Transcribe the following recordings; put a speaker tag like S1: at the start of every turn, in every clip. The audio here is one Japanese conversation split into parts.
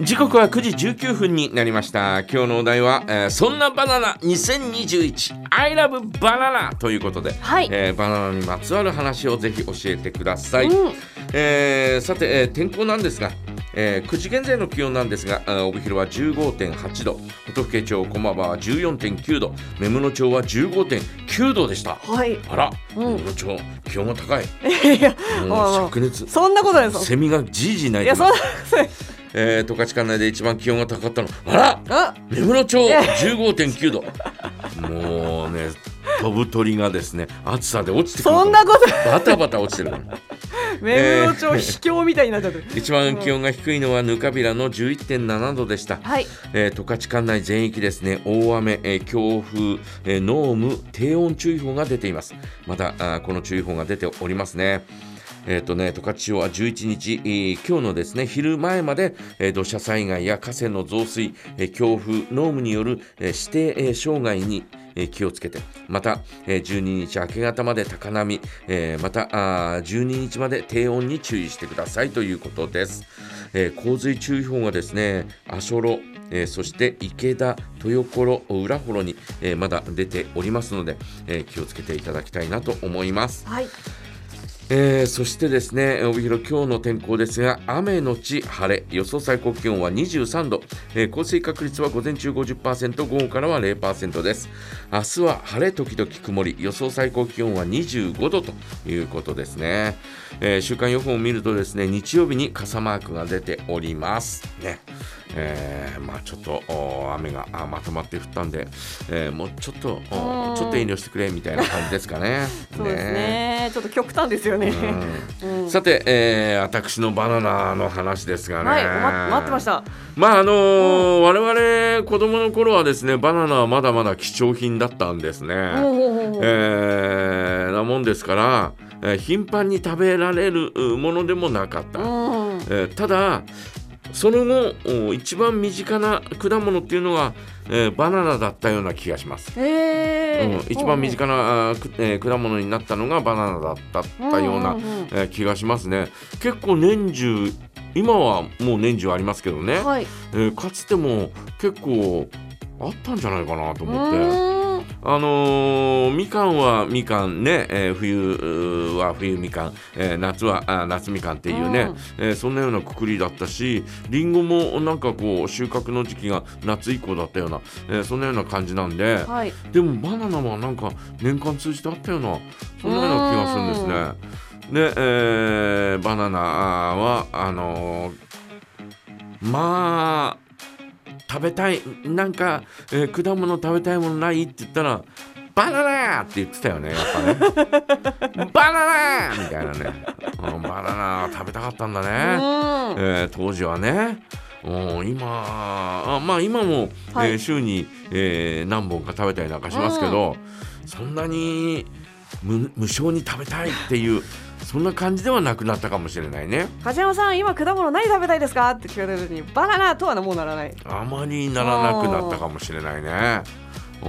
S1: 時刻は9時19分になりました今日のお題は、えーそんなバナナ 2021I love バナナということで、
S2: はい
S1: えーバナナにまつわる話をぜひ教えてください、
S2: うん
S1: えーさて、えー天候なんですが、えー9時現在の気温なんですがあー帯広は15.8度音更町駒場は14.9度目室町は15.9度でした
S2: はい。
S1: あら、
S2: うん
S1: 目室町気温が高い
S2: いや、
S1: もう
S2: あ
S1: 灼熱
S2: そんなことないです。
S1: セミがじいじい鳴い
S2: い
S1: て
S2: や、
S1: ます
S2: そんな、
S1: えー、十勝管内で一番気温が高かったのあら
S2: あ、
S1: 目室町15.9度もうね飛ぶ鳥がですね暑さで落ちてくる
S2: そんなこと、
S1: バタバタ落ちてるから
S2: 目黒町秘境みたいになっちゃってる。
S1: 一番気温が低いのはぬかびらの11.7度でした、
S2: はい。
S1: えー、十勝管内全域ですね大雨、えー強風、えー濃霧低温注意報が出ていますまたあーこの注意報が出ておりますねえーとね、十勝地方は11日、えー今日のですね昼前まで、えー土砂災害や河川の増水、えー強風、濃霧による、えー指定、えー障害に、えー気をつけて、また、えー12日明け方まで高波、えーまたあー12日まで低温に注意してくださいということです。えー洪水注意報がですね、阿蘇路、えーそして池田、豊頃、浦幌に、えーまだ出ておりますので、えー気をつけていただきたいなと思います。
S2: はい。
S1: えーそしてですね帯広今日の天候ですが雨のち晴れ予想最高気温は23度、えー降水確率は午前中50%午後からは0%です明日は晴れ時々曇り予想最高気温は25度ということですね、えー週間予報を見るとですね日曜日に傘マークが出ておりますねえーまあちょっとお雨があまとまって降ったんで、えーもうちょっとお
S2: うん
S1: ちょっと遠慮してくれみたいな感じですかね
S2: そうですね。ちょっと極端ですよね。うん
S1: さて、えー私のバナナの話ですがね、
S2: はい、ま待ってました。
S1: まああのー我々子供の頃はですねバナナはまだまだ貴重品だったんですね、
S2: ほうほうほうほう
S1: えーなもんですから、えー頻繁に食べられるうものでもなかった、
S2: うん。
S1: えーただその後お一番身近な果物っていうのは、えーバナナだったような気がします
S2: え
S1: うん
S2: え。
S1: 一番身近なあーくえー果物になったのがバナナだったったような、
S2: んんん
S1: えー気がしますね結構年中今はもう年中ありますけどね、
S2: はい。
S1: えーかつても結構あったんじゃないかなと
S2: う
S1: 思って
S2: ーん
S1: あのーみかんはみかんね、えー冬うーは冬みかん、えー夏はあー夏みかんっていうね、えーそんなようなくくりだったしりんごもなんかこう収穫の時期が夏以降だったような、えーそんなような感じなんで
S2: はい。
S1: でもバナナはなんか年間通じてあったようなそんなような気がするんですね。で、えーバナナはあのーまあ食べたいなんか、えー果物食べたいものないって言ったら「バナナ!」って言ってたよねやっぱね。バナナみたいなね、うんバナナ食べたかったんだ
S2: う
S1: ね。
S2: ん。
S1: えー当時はね。うん今あまあ今も、
S2: はい
S1: えー週に、えー何本か食べたりなんかしますけど、そんなに無無償に食べたいっていうそんな感じではなくなったかもしれないね
S2: 梶山さん、今果物何食べたいですかって聞かれるのに、バナナとはもうならない。
S1: あまりならなくなったかもしれないねうん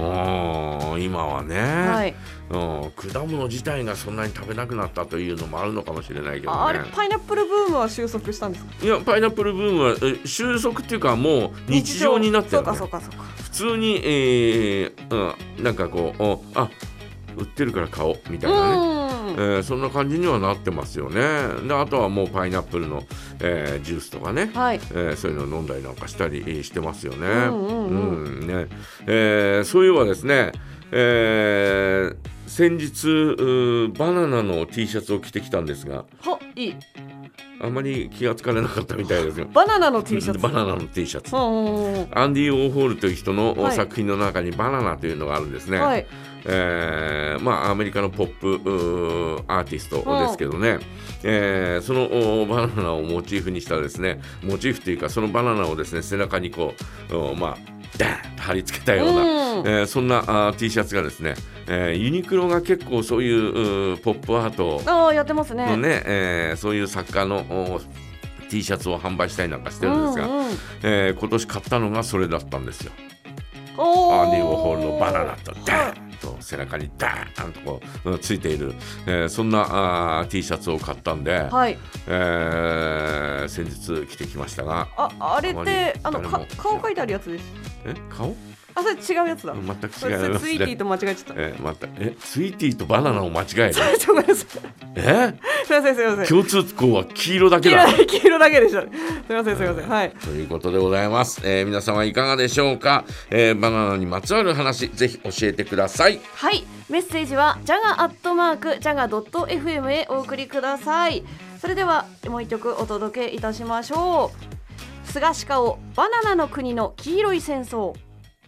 S1: 今はね、
S2: はい。
S1: うん、果物自体がそんなに食べなくなったというのもあるのかもしれないけどね
S2: ああれパイナップルブームは収束したんですか
S1: いやパイナップルブームはえ収束っていうかもう日常になってる、ね、
S2: そうかそうかそうか
S1: 普通に、えーうん、なんかこうおあ売ってるから買おうみたいなね、え
S2: う
S1: ーそんな感じにはなってますよねであとはもうパイナップルの、えージュースとかね、
S2: んはい
S1: えーそういうの飲んだりなんかしたりえーしてますよね。
S2: うんうんうん
S1: うんねえーそういえばですね、えー先日うーバナナの T シャツを着てきたんですが
S2: ほいい
S1: あまり気がつかれなかったみたいですよ
S2: バナナの T シャツ
S1: バナナの T シャツ。
S2: うんうんうん
S1: アンディ・オーホールという人の
S2: はい
S1: 作品の中に「バナナ」というのがあるんですね、
S2: はい
S1: えーまあ、アメリカのポップうーアーティストですけどね、えーそのおバナナをモチーフにしたですねモチーフというかそのバナナをですね背中にこうおまあダーンと貼り付けたような、
S2: うん
S1: えーそんなあー T シャツがですね、えーユニクロが結構そういううーポップアートを
S2: ああやってますね
S1: のね、えーそういう作家のお T シャツを販売したりなんかしてるんですが、
S2: うんうん
S1: えー今年買ったのがそれだったんですよ。
S2: お
S1: アンディ・ウォーホールのバナナとダーンと背中にダーンとこううんついている、えーそんなあー T シャツを買ったんで、
S2: はい。
S1: えー先日着てきましたが
S2: あ、あれって、あ
S1: あま
S2: の、
S1: り
S2: か
S1: 誰も
S2: 顔描いてあるやつです。
S1: え顔
S2: あ、それ違うやつだ。
S1: 全
S2: そ
S1: く違
S2: れ
S1: いますね
S2: ツイーティーと間違えちゃった。
S1: えーまたえツイーティーとバナナを間違える
S2: ちょっとごめんなさい。
S1: え
S2: すみません、すみません。
S1: 共通項は黄色だ
S2: 黄
S1: けだ
S2: 色黄色だけでした。すみません、すみません。はい。
S1: ということでございます、えー皆様いかがでしょうか、えーバナナにまつわる話ぜひ教えてください
S2: はい、メッセージはジャガアットマークジャガドット FM へお送りください。それではもう一曲お届けいたしましょう。菅氏顔バナナの国の黄色い戦争。